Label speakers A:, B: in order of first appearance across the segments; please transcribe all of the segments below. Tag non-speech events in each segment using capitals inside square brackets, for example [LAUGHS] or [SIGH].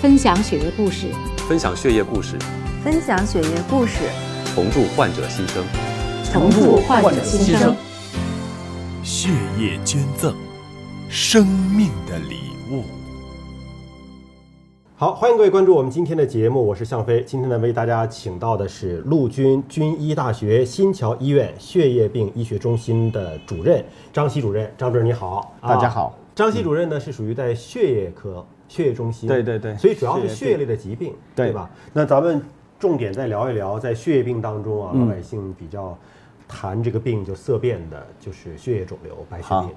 A: 分享血液故事，
B: 分享血液故事，
C: 分享血液故事，
B: 重铸患者新生。
A: 重铸患者新生。
D: 血液捐赠，生命的礼物。
E: 好，欢迎各位关注我们今天的节目，我是向飞。今天呢，为大家请到的是陆军军医大学新桥医院血液病医学中心的主任张希主任。张主任你好，
F: 大家好
E: 啊。张希主任呢是属于在血液科、血液中心，
F: 对对对
E: 所以主要是
F: 血
E: 血
F: 液
E: 液类的疾病，
F: 对
E: 吧？那咱们重点再聊一聊，在血液病当中啊，
F: 嗯
E: 老百姓比较谈这个病就色变的，就是血液肿瘤、白血病
F: 好。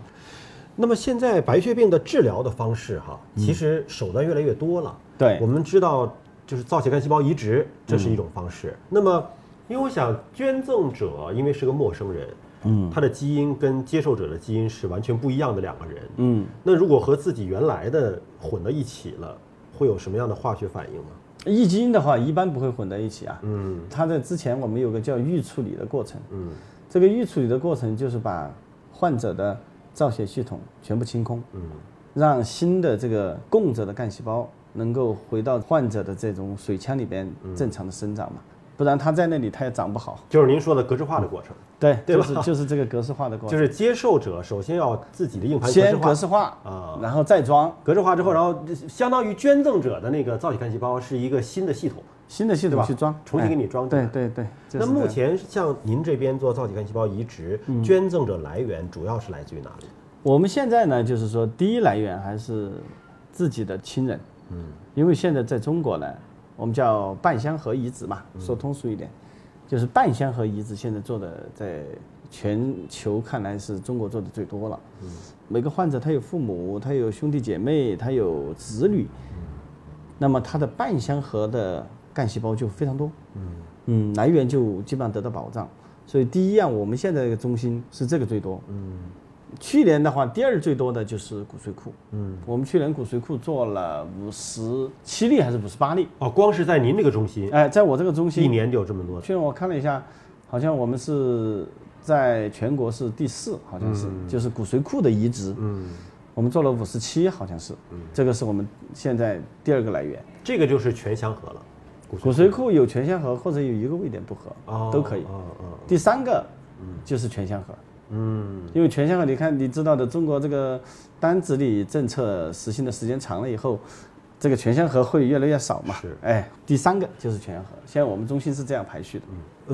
E: 那么现在白血病的治疗的方式哈、其实手段越来越多了。
F: 嗯对嗯
E: 我们知道就是造血干细胞移植，这是一种方式。那么，因为我想捐赠者因为是个陌生人，嗯，他的基因跟接受者的基因是完全不一样的两个人，
F: 嗯，
E: 那如果和自己原来的混到一起了，会有什么样的化学反应吗？
F: 易基因的话一般不会混在一起啊。
E: 嗯
F: 它在之前我们有个叫预处理的过程，
E: 嗯
F: 这个预处理的过程就是把患者的造血系统全部清空，
E: 嗯
F: 让新的这个供着的干细胞能够回到患者的这种水腔里边正常的生长嘛，不然它在那里它也长不好。
E: 就是您说的格式化的过程，
F: 对，
E: 对
F: 就
E: 吧
F: 是就是这个格式化的过
E: 就
F: 程，
E: 是接受者首先要自己的硬盘
F: 嗯先
E: 格
F: 格
E: 式
F: 式
E: 化。
F: 化
E: 啊
F: 然后再装。
E: 格式化之后，然后相当于捐赠者的那个造血干细胞是一个新的系统。
F: 新的系
E: 对
F: 统
E: 吧
F: 去装，
E: 重新给
F: 哎
E: 你装进
F: 对
E: 来
F: 对对。就是
E: 那
F: 这
E: 目
F: 样
E: 前像您这边做造血干细胞移植，捐赠者来源主要是来自于哪里？
F: 我们现在呢，就是说第一来源还是自己的亲人，嗯，因为现在在中国呢，我们叫半相合移植嘛，说通俗一点，就是半相合移植现在做的在全球看来是中国做的最多了，嗯，每个患者他有父母，他有兄弟姐妹，他有子女，那么它的半相合的干细胞就非常多，嗯来源就基本上得到保障，所以第一样我们现在这个中心是这个最多，嗯，去年的话第二最多的就是骨髓库，嗯，我们去年骨髓库做了五十七例还是五十八例，
E: 哦，光是在您这个中心，
F: 哎，在我这个中心
E: 一年就有这么多。
F: 去年我看了一下，好像我们是在全国是第四，好像是，就是骨髓库的移植，
E: 嗯，
F: 我们做了五十七，好像是，这个是我们现在第二个来源。
E: 这个就是全相合了。
F: 骨髓库有全相合或者有一个位点不合、
E: 哦
F: 都可以。
E: 哦哦
F: 第三个就是全相合，
E: 嗯
F: 因为全相合，你看你知道的，中国这个单子里政策实行的时间长了以后，这个全相合会越来越少嘛。
E: 是
F: 哎，第三个就是全相合，现在我们中心是这样排序的。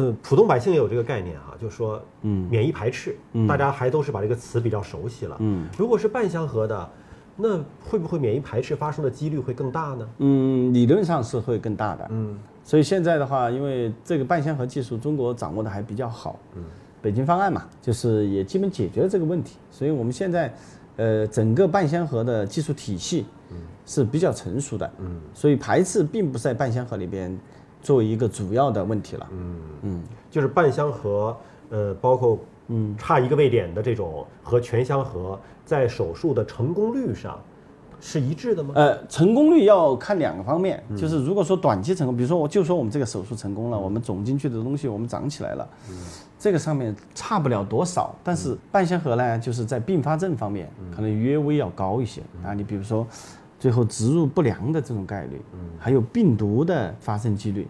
E: 呃，普通百姓也有这个概念哈、就说嗯，免疫排斥，大家还都是把这个词比较熟悉了。嗯，如果是半相合的，那会不会免疫排斥发生的几率会更大呢？
F: 嗯，理论上是会更大的。嗯，所以现在的话，因为这个半相合技术，中国掌握的还比较好。嗯，北京方案嘛，就是也基本解决了这个问题。所以我们现在，呃，整个半相合的技术体系，是比较成熟的。嗯，所以排斥并不在半相合里边作为一个主要的问题了。
E: 就是半相合，呃，包括嗯差一个位点的这种和全相合，在手术的成功率上是一致的吗？
F: 呃，成功率要看两个方面，就是如果说短期成功，比如说我就说我们这个手术成功了，我们肿进去的东西我们长起来了，这个上面差不了多少。但是半相合呢，就是在并发症方面可能约微要高一些啊。你比如说，最后植入不良的这种概率，还有病毒的发生几率，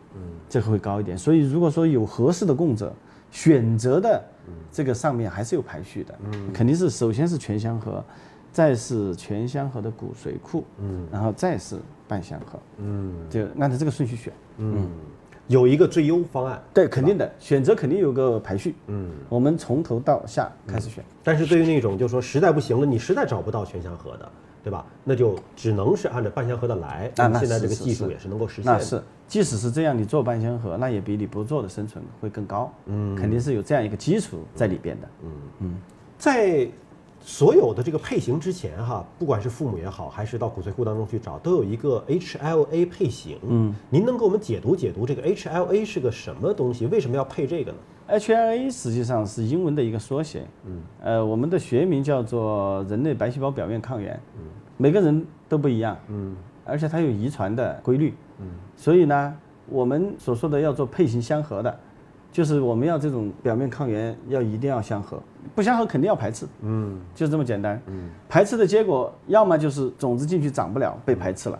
F: 这个会高一点。所以如果说有合适的供者，选择的这个上面还是有排序的，肯定是首先是全相合，再是全相合的骨髓库，然后再是半相合，就按照这个顺序选。
E: 有一个最优方案，
F: 对，肯定的，选择肯定有个排序，
E: 嗯
F: 我们从头到下开始选。
E: 但是对于那种就说实在不行了，你实在找不到全相合的，对吧？那就只能是按照半相合的来。
F: 啊那
E: 现在
F: 是
E: 这个
F: 是
E: 技术
F: 是
E: 也是能够实现
F: 那
E: 的。
F: 是，即使是这样，你做半相合，那也比你不做的生存会更高，嗯，肯定是有这样一个基础在里边的。
E: 在所有的这个配型之前哈，不管是父母也好，还是到骨髓库当中去找，都有一个 HLA 配型。嗯，您能给我们解读解读这个 HLA 是个什么东西？为什么要配这个呢？
F: HLA 实际上是英文的一个缩写，嗯，呃，我们的学名叫做人类白细胞表面抗原，嗯，每个人都不一样，嗯，而且它有遗传的规律，嗯，所以呢，我们所说的要做配型相合的，就是我们要这种表面抗原要一定要相合，不相合肯定要排斥，
E: 嗯
F: 就是这么简单。排斥的结果，要么就是种子进去长不了，
E: 嗯
F: 被排斥了；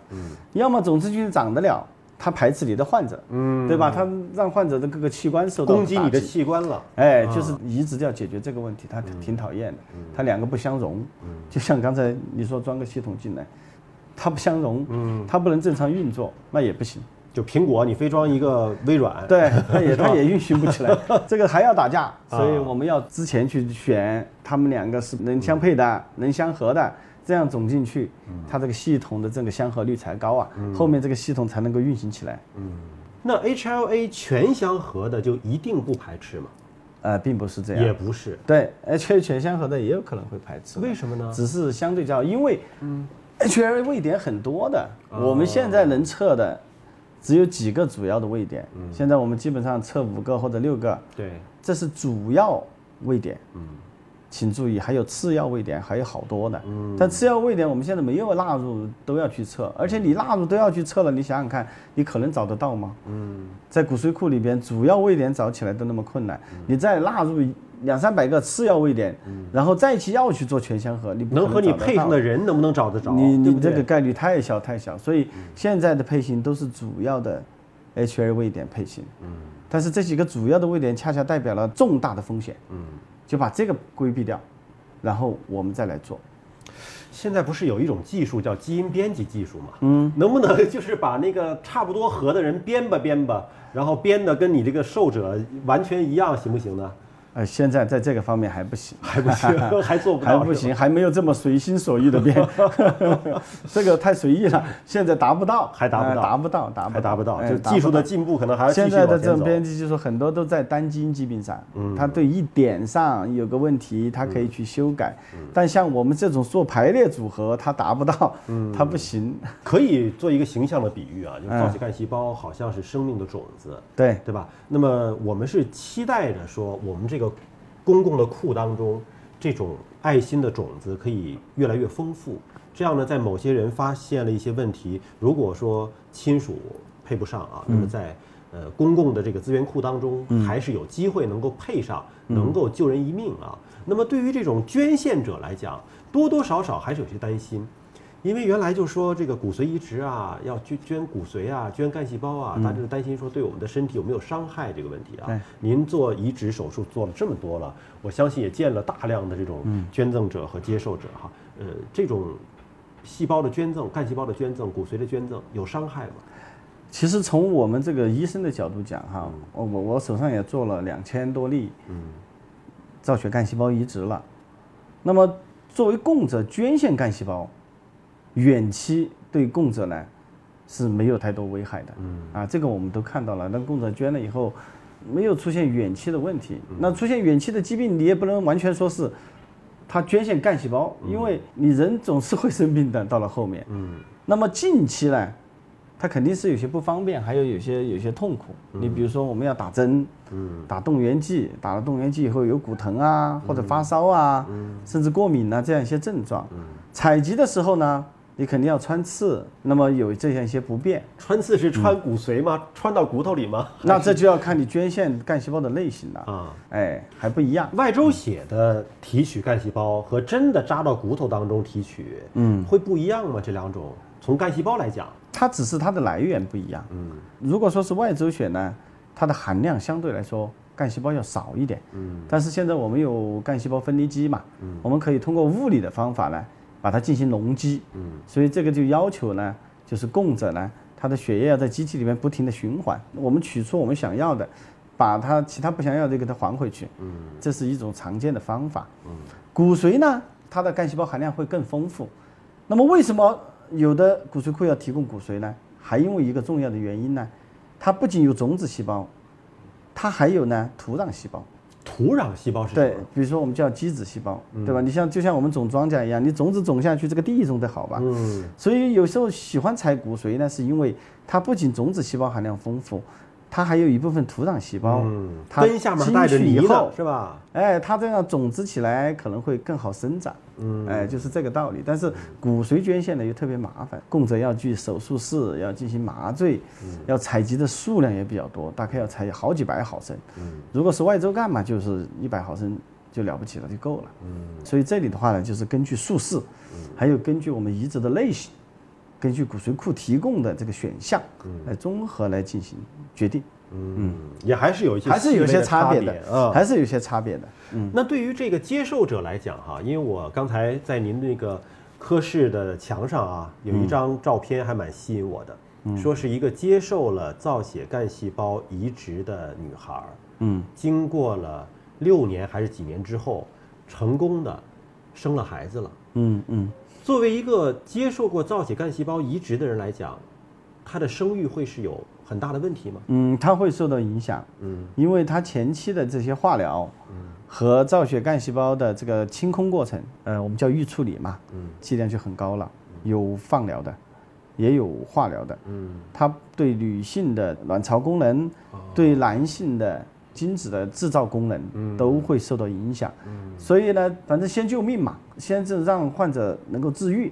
F: 要么种子进去长得了，它排斥你的患者，
E: 嗯，
F: 对吧？它让患者的各个器官受到
E: 攻击你的
F: 打击
E: 器官了。
F: 哎，就是移植要解决这个问题，它
E: 嗯
F: 挺讨厌的，它两个不相容，就像刚才你说装个系统进来，它不相容，
E: 嗯
F: 它不能正常运作，那也不行，
E: 就苹果，你非装一个微软，
F: 对，它也它也运行
E: [LAUGHS]
F: 不起来，这个还要打架，所以
E: 啊
F: 我们要之前去选他们两个是能相配
E: 嗯
F: 的、能相合的，这样总进去，它这个系统的这个相合率才高啊，
E: 嗯
F: 后面这个系统才能够运行起来，
E: 那 HLA 全相合的就一定不排斥吗？
F: 呃，并不是这样，
E: 也不是，
F: 对，H 全相合的也有可能会排斥。
E: 为什么呢？嗯
F: 只是相对较，因为 HLA 位点很多的，
E: 啊
F: 我们现在能测的只有几个主要的位点，
E: 嗯
F: 现在我们基本上测五个或者六个，
E: 对，
F: 这是主要位点。
E: 嗯
F: 请注意，还有次要位点，还有好多的。
E: 嗯
F: 但次要位点我们现在没有纳入，都要去测，而且你纳入都要去测了，你想想看，你可能找得到吗？
E: 嗯
F: 在骨髓库里边，主要位点找起来都那么困难，
E: 嗯
F: 你再纳入两三百个次要位点，然后再去要去做全相合，你不可
E: 能和你
F: 找得
E: 配
F: 到
E: 上的人能不能找得着？
F: 你
E: 对
F: 你
E: 不对嗯
F: 这个概率太小太小，所以现在的配型都是主要的 HR 位点配型。嗯，但是这几个主要的位点恰恰代表了重大的风险。嗯，就把这个规避掉，然后我们再来做。
E: 现在不是有一种技术叫基因编辑技术吗？嗯，能不能 [LAUGHS] 就是把那个差不多合的人编吧编吧，然后编的跟你这个受者完全一样，行不行呢？
F: 呃，现在在这个方面还不行，
E: [LAUGHS] 还不
F: [LAUGHS]
E: 行，还做不
F: 还
E: 到，
F: 不
E: 是吧，
F: 行，还没有这么随心所欲
E: [LAUGHS]
F: 的变，这个太随意了，现在达不到，
E: 还达不到
F: 呃达不到，达不到，
E: 还达不到。
F: 哎
E: 就技术的进步可能还要继续
F: 现在的
E: 往
F: 这
E: 前
F: 种
E: 走。嗯
F: 编辑技术很多都在单基因疾病上，它对一点上有个问题，它可以去修改。
E: 嗯
F: 但像我们这种做排列组合，它达不到，
E: 嗯
F: 它不行。
E: 可以做一个形象的比喻啊，就是造血干细胞好像是生命的种子，
F: 对
E: 对吧？那么我们是期待着说，我们这个公共的库当中，这种爱心的种子可以越来越丰富。这样呢，在某些人发现了一些问题，如果说亲属配不上啊，那么在呃公共的这个资源库当中，还是有机会能够配上，能够救人一命啊。那么对于这种捐献者来讲，多多少少还是有些担心。因为原来就说这个骨髓移植啊，要捐捐骨髓啊，捐干细胞啊，大家就担心说对我们的身体有没有伤害这个问题啊
F: 对。
E: 您做移植手术做了这么多了，我相信也见了大量的这种捐赠者和接受者哈。呃，这种细胞的捐赠、干细胞的捐赠、骨髓的捐赠有伤害吗？
F: 其实从我们这个医生的角度讲哈，我我我手上也做了两千多例，造血干细胞移植了。那么作为供者捐献干细胞，远期对供者呢是没有太多危害的，啊，这个我们都看到了。那供者捐了以后，没有出现远期的问题。那出现远期的疾病，你也不能完全说是他捐献干细胞，因为你人总是会生病的，到了后面。那么近期呢，它肯定是有些不方便，还有有些有些痛苦。你比如说，我们要打针，打动员剂，打了动员剂以后有骨疼啊，或者发烧啊，甚至过敏啊这样一些症状。采集的时候呢，你肯定要穿刺，那么有这样一些不便。
E: 穿刺是穿骨髓吗？穿到骨头里吗？
F: 那这就要看你捐献干细胞的类型了
E: 啊，
F: 哎，还不一样。
E: 外周血的提取干细胞和真的扎到骨头当中提取，嗯，会不一样吗？这两种从干细胞来讲，
F: 它只是它的来源不一样。嗯，如果说是外周血呢，它的含量相对来说干细胞要少一点。嗯，但是现在我们有干细胞分离机嘛，嗯，我们可以通过物理的方法呢，把它进行溶积。嗯，所以这个就要求呢，就是供者呢，他的血液要在机器里面不停的循环，我们取出我们想要的。把它其他不想要的给它还回去，嗯，这是一种常见的方法。嗯，骨髓呢，它的干细胞含量会更丰富，那么为什么有的骨髓库要提供骨髓呢？还因为一个重要的原因呢，它不仅有种子细胞，它还有呢土壤细胞。
E: 土壤细胞是什嗯么
F: 对？，比如说我们叫基质细胞，对吧？你像就像我们种庄稼一样，你种子种下去，这个地种得好吧？
E: 嗯，
F: 所以有时候喜欢采骨髓呢，是因为它不仅种子细胞含量丰富，它还有一部分土壤细胞，
E: 嗯，
F: 它
E: 根下面带着
F: 进去以
E: 泥
F: 后
E: 呢，是吧？
F: 哎，它这样种子起来可能会更好生长，嗯，哎，就是这个道理。但是骨髓捐献呢又特别麻烦，供者要去手术室，要进行麻醉，
E: 嗯
F: 要采集的数量也比较多，大概要采集好几百毫升。
E: 嗯
F: 如果是外周干嘛，就是一百毫升就了不起了，就够了。
E: 嗯
F: 所以这里的话呢，就是根据术式，还有根据我们移植的类型，根据骨髓库提供的这个选项来综合来进行决定，
E: 嗯，也还是有一些
F: 还是有
E: 细
F: 些
E: 微的
F: 差
E: 差
F: 别
E: 别
F: 的，
E: 啊。
F: 还是有些差别的。
E: 那对于这个接受者来讲哈，因为我刚才在您那个科室的墙上啊，有
F: 嗯
E: 一张照片还蛮吸引我的，说是一个接受了造血干细胞移植的女孩儿，
F: 嗯，
E: 经过了六年还是几年之后，成功的生了孩子了。
F: 嗯嗯，
E: 作为一个接受过造血干细胞移植的人来讲，他的生育会是有很大的问题吗？
F: 嗯，它会受到影响，
E: 嗯，
F: 因为它前期的这些化疗和造血干细胞的这个清空过程，呃，我们叫预处理嘛，
E: 嗯，
F: 剂量就很高了，有放疗的，也有化疗的，
E: 嗯，哦
F: 它对女性的卵巢功能，对男性的精子的制造功
E: 嗯
F: 能都会受到影响，所以呢，反正先救命嘛，先是让患者能够治愈，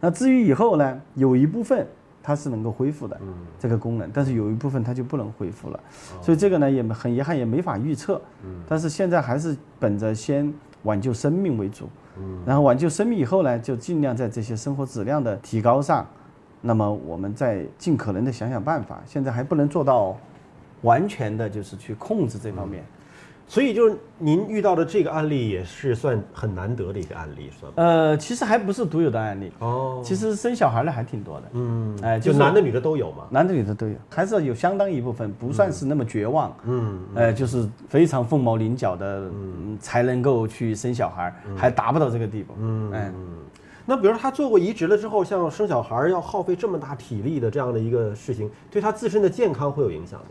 F: 那治愈以后呢，有一部分它是能够恢复的，这个功能，但是有一部分它就不能恢复了，
E: 哦
F: 所以这个呢也很遗憾，也没法预测。
E: 嗯
F: 但是现在还是本着先挽救生命为主，
E: 嗯
F: 然后挽救生命以后呢，就尽量在这些生活质量的提高上，那么我们再尽可能的想想办法。现在还不能做到完全的，就是去控制这方面。
E: 嗯所以就是您遇到的这个案例也是算很难得的一个案例，算吗？
F: 呃，其实还不是独有的案例，
E: 哦，
F: 其实生小孩的还挺多的。
E: 嗯，
F: 哎
E: 就
F: 就是
E: 男的女的都有嘛。
F: 男的女的都有，还是有相当一部分不算是那么绝望，嗯，呃，就是非常凤毛麟角的，嗯，才能够去生小孩儿，还达不到这个地步，嗯，哎，
E: 那比如说他做过移植了之后，像生小孩儿要耗费这么大体力的这样的一个事情，对他自身的健康会有影响吗？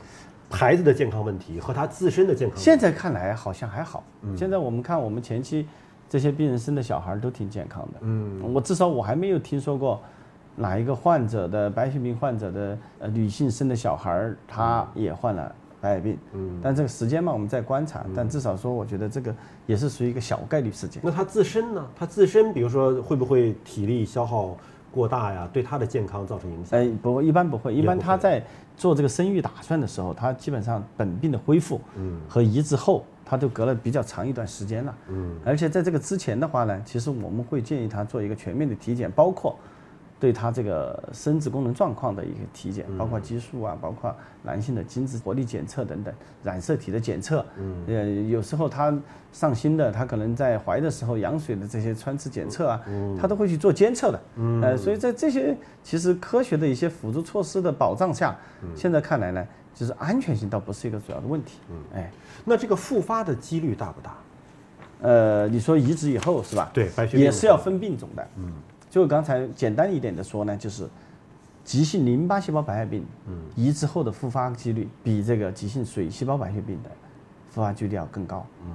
E: 孩子的健康问题和他自身的健康问题
F: 现在看来好像还好，现在我们看我们前期这些病人生的小孩儿都挺健康的，嗯，我至少我还没有听说过哪一个患者的白血病患者的呃女性生的小孩儿，她也患了。白血病，嗯，但这个时间嘛，我们在观察，但至少说，我觉得这个也是属于一个小概率事件。
E: 那他自身呢？他自身比如说会不会体力消耗过大呀？对他的健康造成影响？
F: 哎，不，一般不会，一般
E: 不会
F: 他在做这个生育打算的时候，他基本上本病的恢复
E: 嗯
F: 和移植后，他都隔了比较长一段时间了。嗯，而且在这个之前的话呢，其实我们会建议他做一个全面的体检，包括对他这个生殖功能状况的一个体检，包括激素啊，包括男性的精子活力检测等等，染色体的检测。嗯，呃，有时候他上新的，他可能在怀的时候羊水的这些穿刺检测啊，他都会去做监测的。嗯，呃，所以在这些其实科学的一些辅助措施的保障下，现在看来呢，就是安全性倒不是一个主要的问题。嗯，哎，
E: 那这个复发的几率大不大？
F: 呃，你说移植以后是吧？
E: 对白血病
F: 也是要分病种的。嗯，就刚才简单一点的说呢，就是急性淋巴细胞白血病，嗯，移植后的复发几率比这个急性水细胞白血病的复发几率要更高。嗯，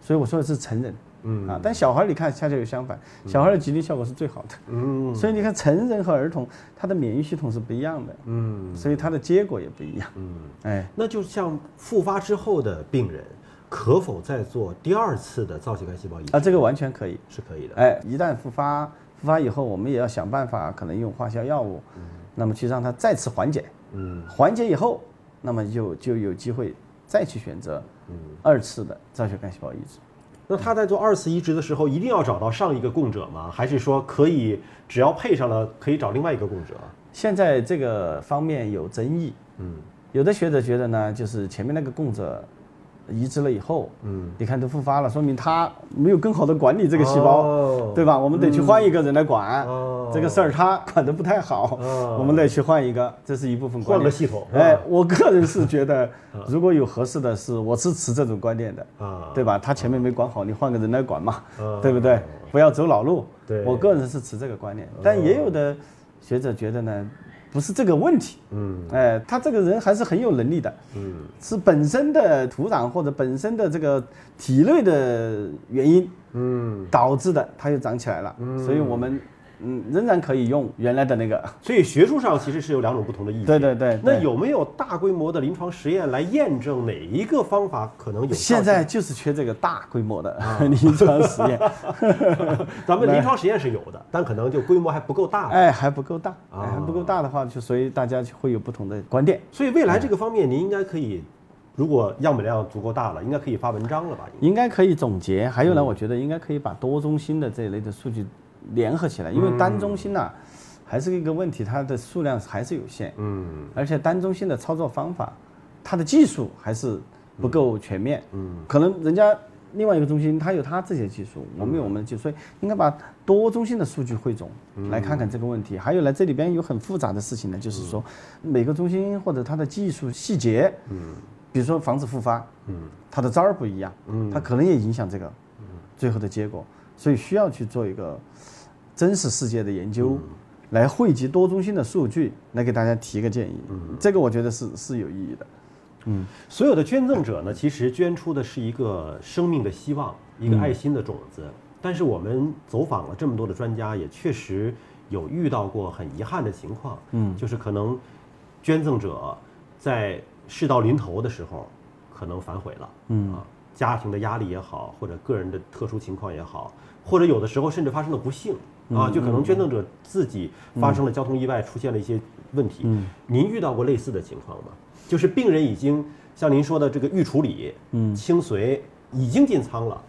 F: 所以我说的是成人。嗯啊，但小孩儿你看恰恰有相反，小孩儿的疾病效果是最好的。嗯，所以你看成人和儿童，他的免疫系统是不一样的。嗯，所以他的结果也不一样。嗯，哎，
E: 那就像复发之后的病人，可否再做第二次的造血干细胞移植？
F: 啊，这个完全可以。
E: 是可以的。
F: 哎，一旦复发，复发以后，我们也要想办法，可能用化学药物，那么去让它再次缓解。嗯，缓解以后，那么就就有机会再去选择二次的造血干细胞移植。
E: 那他在做二次移植的时候，一定要找到上一个供者吗？还是说可以只要配上了，可以找另外一个供者？
F: 现在这个方面有争议。嗯，有的学者觉得呢，就是前面那个供者移植了以后，嗯，你看都复发了，说明他没有更好的管理这个细胞，
E: 哦
F: 对吧？我们得去换一个人来管、
E: 哦
F: 这个事儿，他管得不太好，
E: 哦
F: 我们得去换一个，这是一部分观
E: 换个
F: 点。
E: 系统？嗯
F: 哎，我个人是觉
E: [LAUGHS]
F: 得，如果有合适的是，我是持这种观点的，
E: 啊，
F: 对吧？他前面没管好，你换个人来管嘛
E: 嗯，
F: 对不对？不要走老路。
E: 对
F: 我个人是持这个观念，但也有的学者觉得呢，不是这个问题。嗯，哎，他这个人还是很有能力的。嗯，是本身的土壤或者本身的这个体内的原因，嗯，导致的，它又长起来了。所以我们嗯，仍然可以用原来的那个。
E: 所以学术上其实是有两种不同的意见。
F: 对对对对
E: 那有没有大规模的临床实验来验证哪一个方法可能有效性？
F: 现在就是啊缺这个大规模的 [LAUGHS] 临床实验，
E: 咱们临床实验是有的，但可能就规模还不够大。
F: 哎，还不够大，哎还不够大的话，就所以大家就会有不同的观点。
E: 所以未来这个方面，您应该可以，如果样本量足够大了，应该可以发文章了吧？
F: 应该可以总结。还有呢，我觉得应该可以把多中心的这一类的数据联合起来，因为单中心呐、还是一个问题，它的数量还是有限，
E: 嗯，
F: 而且单中心的操作方法，它的技术还是不够全面，嗯，可能人家另外一个中心它有它自己的技术，我们有我们的技术，所以应该把多中心的数据汇总来看看这个问题。还有呢，这里边有很复杂的事情呢，就是说每个中心或者它的技术细节，嗯，比如说防止复发，嗯，它的招儿不一样，嗯，它可能也影响这个最后的结果，所以需要去做一个真实世界的研究，来汇集多中心的数据，来给大家提个建议。这个我觉得是是有意义的。
E: 所有的捐赠者呢，其实捐出的是一个生命的希望，一个爱心的种子。但是我们走访了这么多的专家，也确实有遇到过很遗憾的情况，嗯，就是可能捐赠者在事到临头的时候，可能反悔了，嗯啊，家庭的压力也好，或者个人的特殊情况也好，或者有的时候甚至发生了不幸。
F: 嗯
E: 啊，就可能捐赠者自己发生了交通意外，出现了一些问题。
F: 嗯
E: 您遇到过类似的情况吗？就是病人已经像您说的这个预处理、嗯，清髓已经进仓了，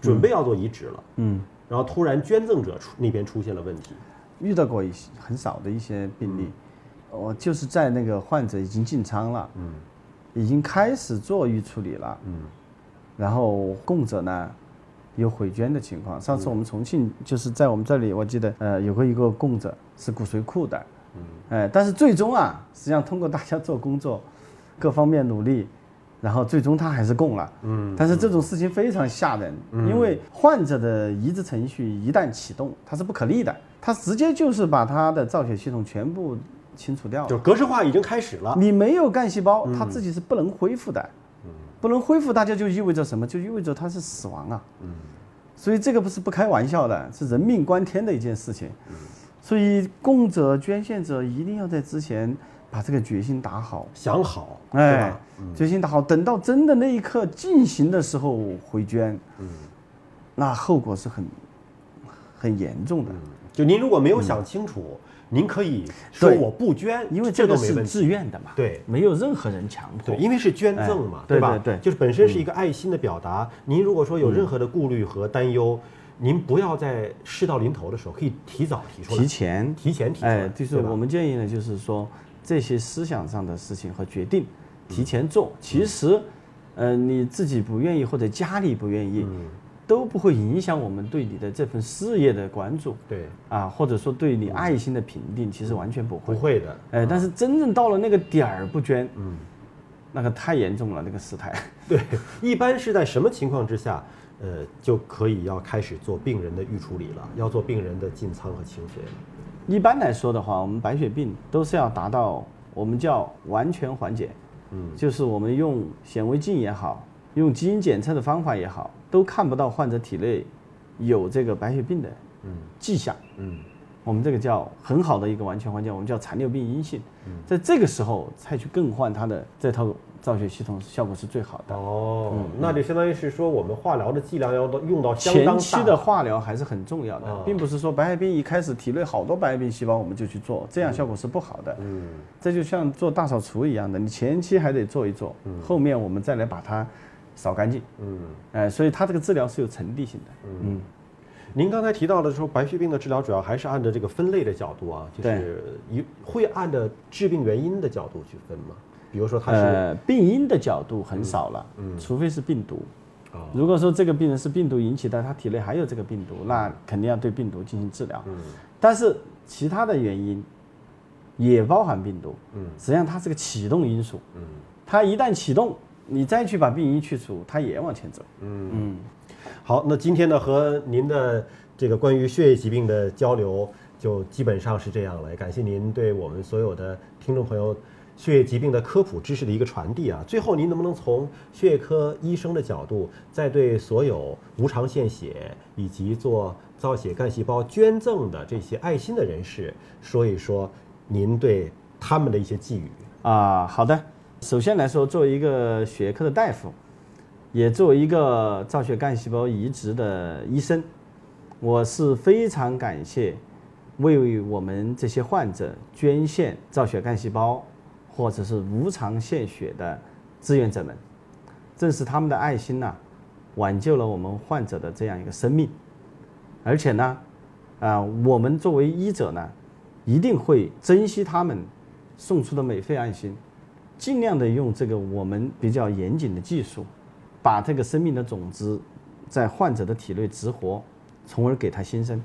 E: 准备要做移植了，
F: 嗯，
E: 然后突然捐赠者出那边出现了问题，
F: 遇到过一些很少的一些病例，我就是在那个患者已经进仓了，嗯，已经开始做预处理了，嗯，然后供者呢有悔捐的情况。上次我们重庆就是在我们这里，我记得呃有过一个供者是骨髓库的，嗯，哎，但是最终啊，实际上通过大家做工作，各方面努力。然后最终他还是供了，嗯，但是这种事情非常吓人，因为患者的移植程序一旦启动，它是不可逆的，它直接就是把他的造血系统全部清除掉了
E: 就是格式化已经开始了。
F: 你没有干细
E: 嗯
F: 胞，它自己是不能恢复的，不能恢复，大家就意味着什么？就意味着它是死亡啊。
E: 嗯
F: 所以这个不是不开玩笑的，是人命关天的一件事情。
E: 嗯
F: 所以供者、捐献者一定要在之前把这个决心打好，
E: 想好，对
F: 哎
E: 吧？，嗯
F: 决心打好，等到真的那一刻进行的时候回捐，
E: 嗯
F: 那后果是很很严重
E: 嗯
F: 的，
E: 就您如果没有想清楚，您可以说
F: 嗯对
E: 我不捐，
F: 因为
E: 这
F: 这
E: 都
F: 个
E: 没
F: 是
E: 问题。
F: 自愿的嘛，
E: 对
F: 没有任何人强迫
E: 对，，因为是捐赠嘛，
F: 哎对
E: 吧？
F: 对对
E: 就是本身是一个爱心的表达。您如果说有任何的顾虑和担忧，您不要在事到临头的时候，可以提早提出来，
F: 提前
E: 提前提出来，
F: 哎，就是
E: 对吧
F: 我们建议呢，就是说这些思想上的事情和决定
E: 嗯
F: 提前做。其实，呃，你自己不愿意或者家里不愿意，
E: 嗯
F: 都不会影响我们对你的这份事业的关注
E: 对
F: 啊，或者说对你爱心的评定，其实完全不
E: 嗯不
F: 会。
E: 会啊的，
F: 哎，但是真正到了那个点儿不捐，嗯，那个太严重了，那个事态。
E: 对，一般是在什么情况之下，呃，就可以要开始做病人的预处理了，要做病人的进仓和清髓了。
F: 一般来说的话，我们白血病都是要达到我们叫完全缓解，嗯，就是我们用显微镜也好，用基因检测的方法也好，都看不到患者体内有这个白血病的迹象，
E: 嗯，
F: 我们这个叫很好的一个完全缓解，我们叫残留病阴性，
E: 嗯
F: 在这个时候再去更换它的这套造血系统效果是最好的。
E: 哦，
F: 嗯
E: 那就相当于是说我们化疗的剂量要到用到哦相当大
F: 前期的化疗还是很重要的
E: 哦，
F: 并不是说白血病一开始体内好多白血病细胞我们就去做，这样效果是不好的。
E: 嗯，
F: 这就像做大扫除一样的，你前期还得做一做，后面我们再来把它扫干净。
E: 嗯。
F: 哎，所以它这个治疗是有层递性的。嗯，
E: 您刚才提到的说，白血病的治疗主要还是按照这个分类的角度啊，就是一会按照致病原因的角度去分吗？比如说它是嗯
F: 呃，病因的角度很少了，除非是病毒。
E: 哦
F: 如果说这个病人是病毒引起的，他体内还有这个病毒，
E: 嗯
F: 那肯定要对病毒进行治疗。但是其他的原因也包含病毒，
E: 嗯
F: 实际上它是个启动因素，它一旦启动，你再去把病因去除，它也往前走。
E: 好。那今天呢，和您的这个关于血液疾病的交流就基本上是这样了，也感谢您对我们所有的听众朋友血液疾病的科普知识的一个传递啊。最后，您能不能从血液科医生的角度，再对所有无偿献血以及做造血干细胞捐赠的这些爱心的人士说一说您对他们的一些寄语？
F: 啊，好的。首先来说，作为一个血液科的大夫，也作为一个造血干细胞移植的医生，我是非常感谢为我们这些患者捐献造血干细胞或者是无偿献血的志愿者们。正是他们的爱心呐、挽救了我们患者的这样一个生命。而且呢，啊、我们作为医者呢，一定会珍惜他们送出的每份爱心，尽量的用这个我们比较严谨的技术，把这个生命的种子在患者的体内植活，从而给他新生。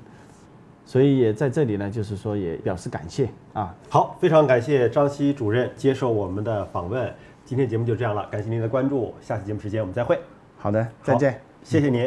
F: 所以也在这里呢，就是说也表示感谢啊，
E: 好，非常感谢张希主任接受我们的访问。今天节目就这样了，感谢您的关注，下期节目时间我们再会，
F: 好的，再见。
E: 谢谢您。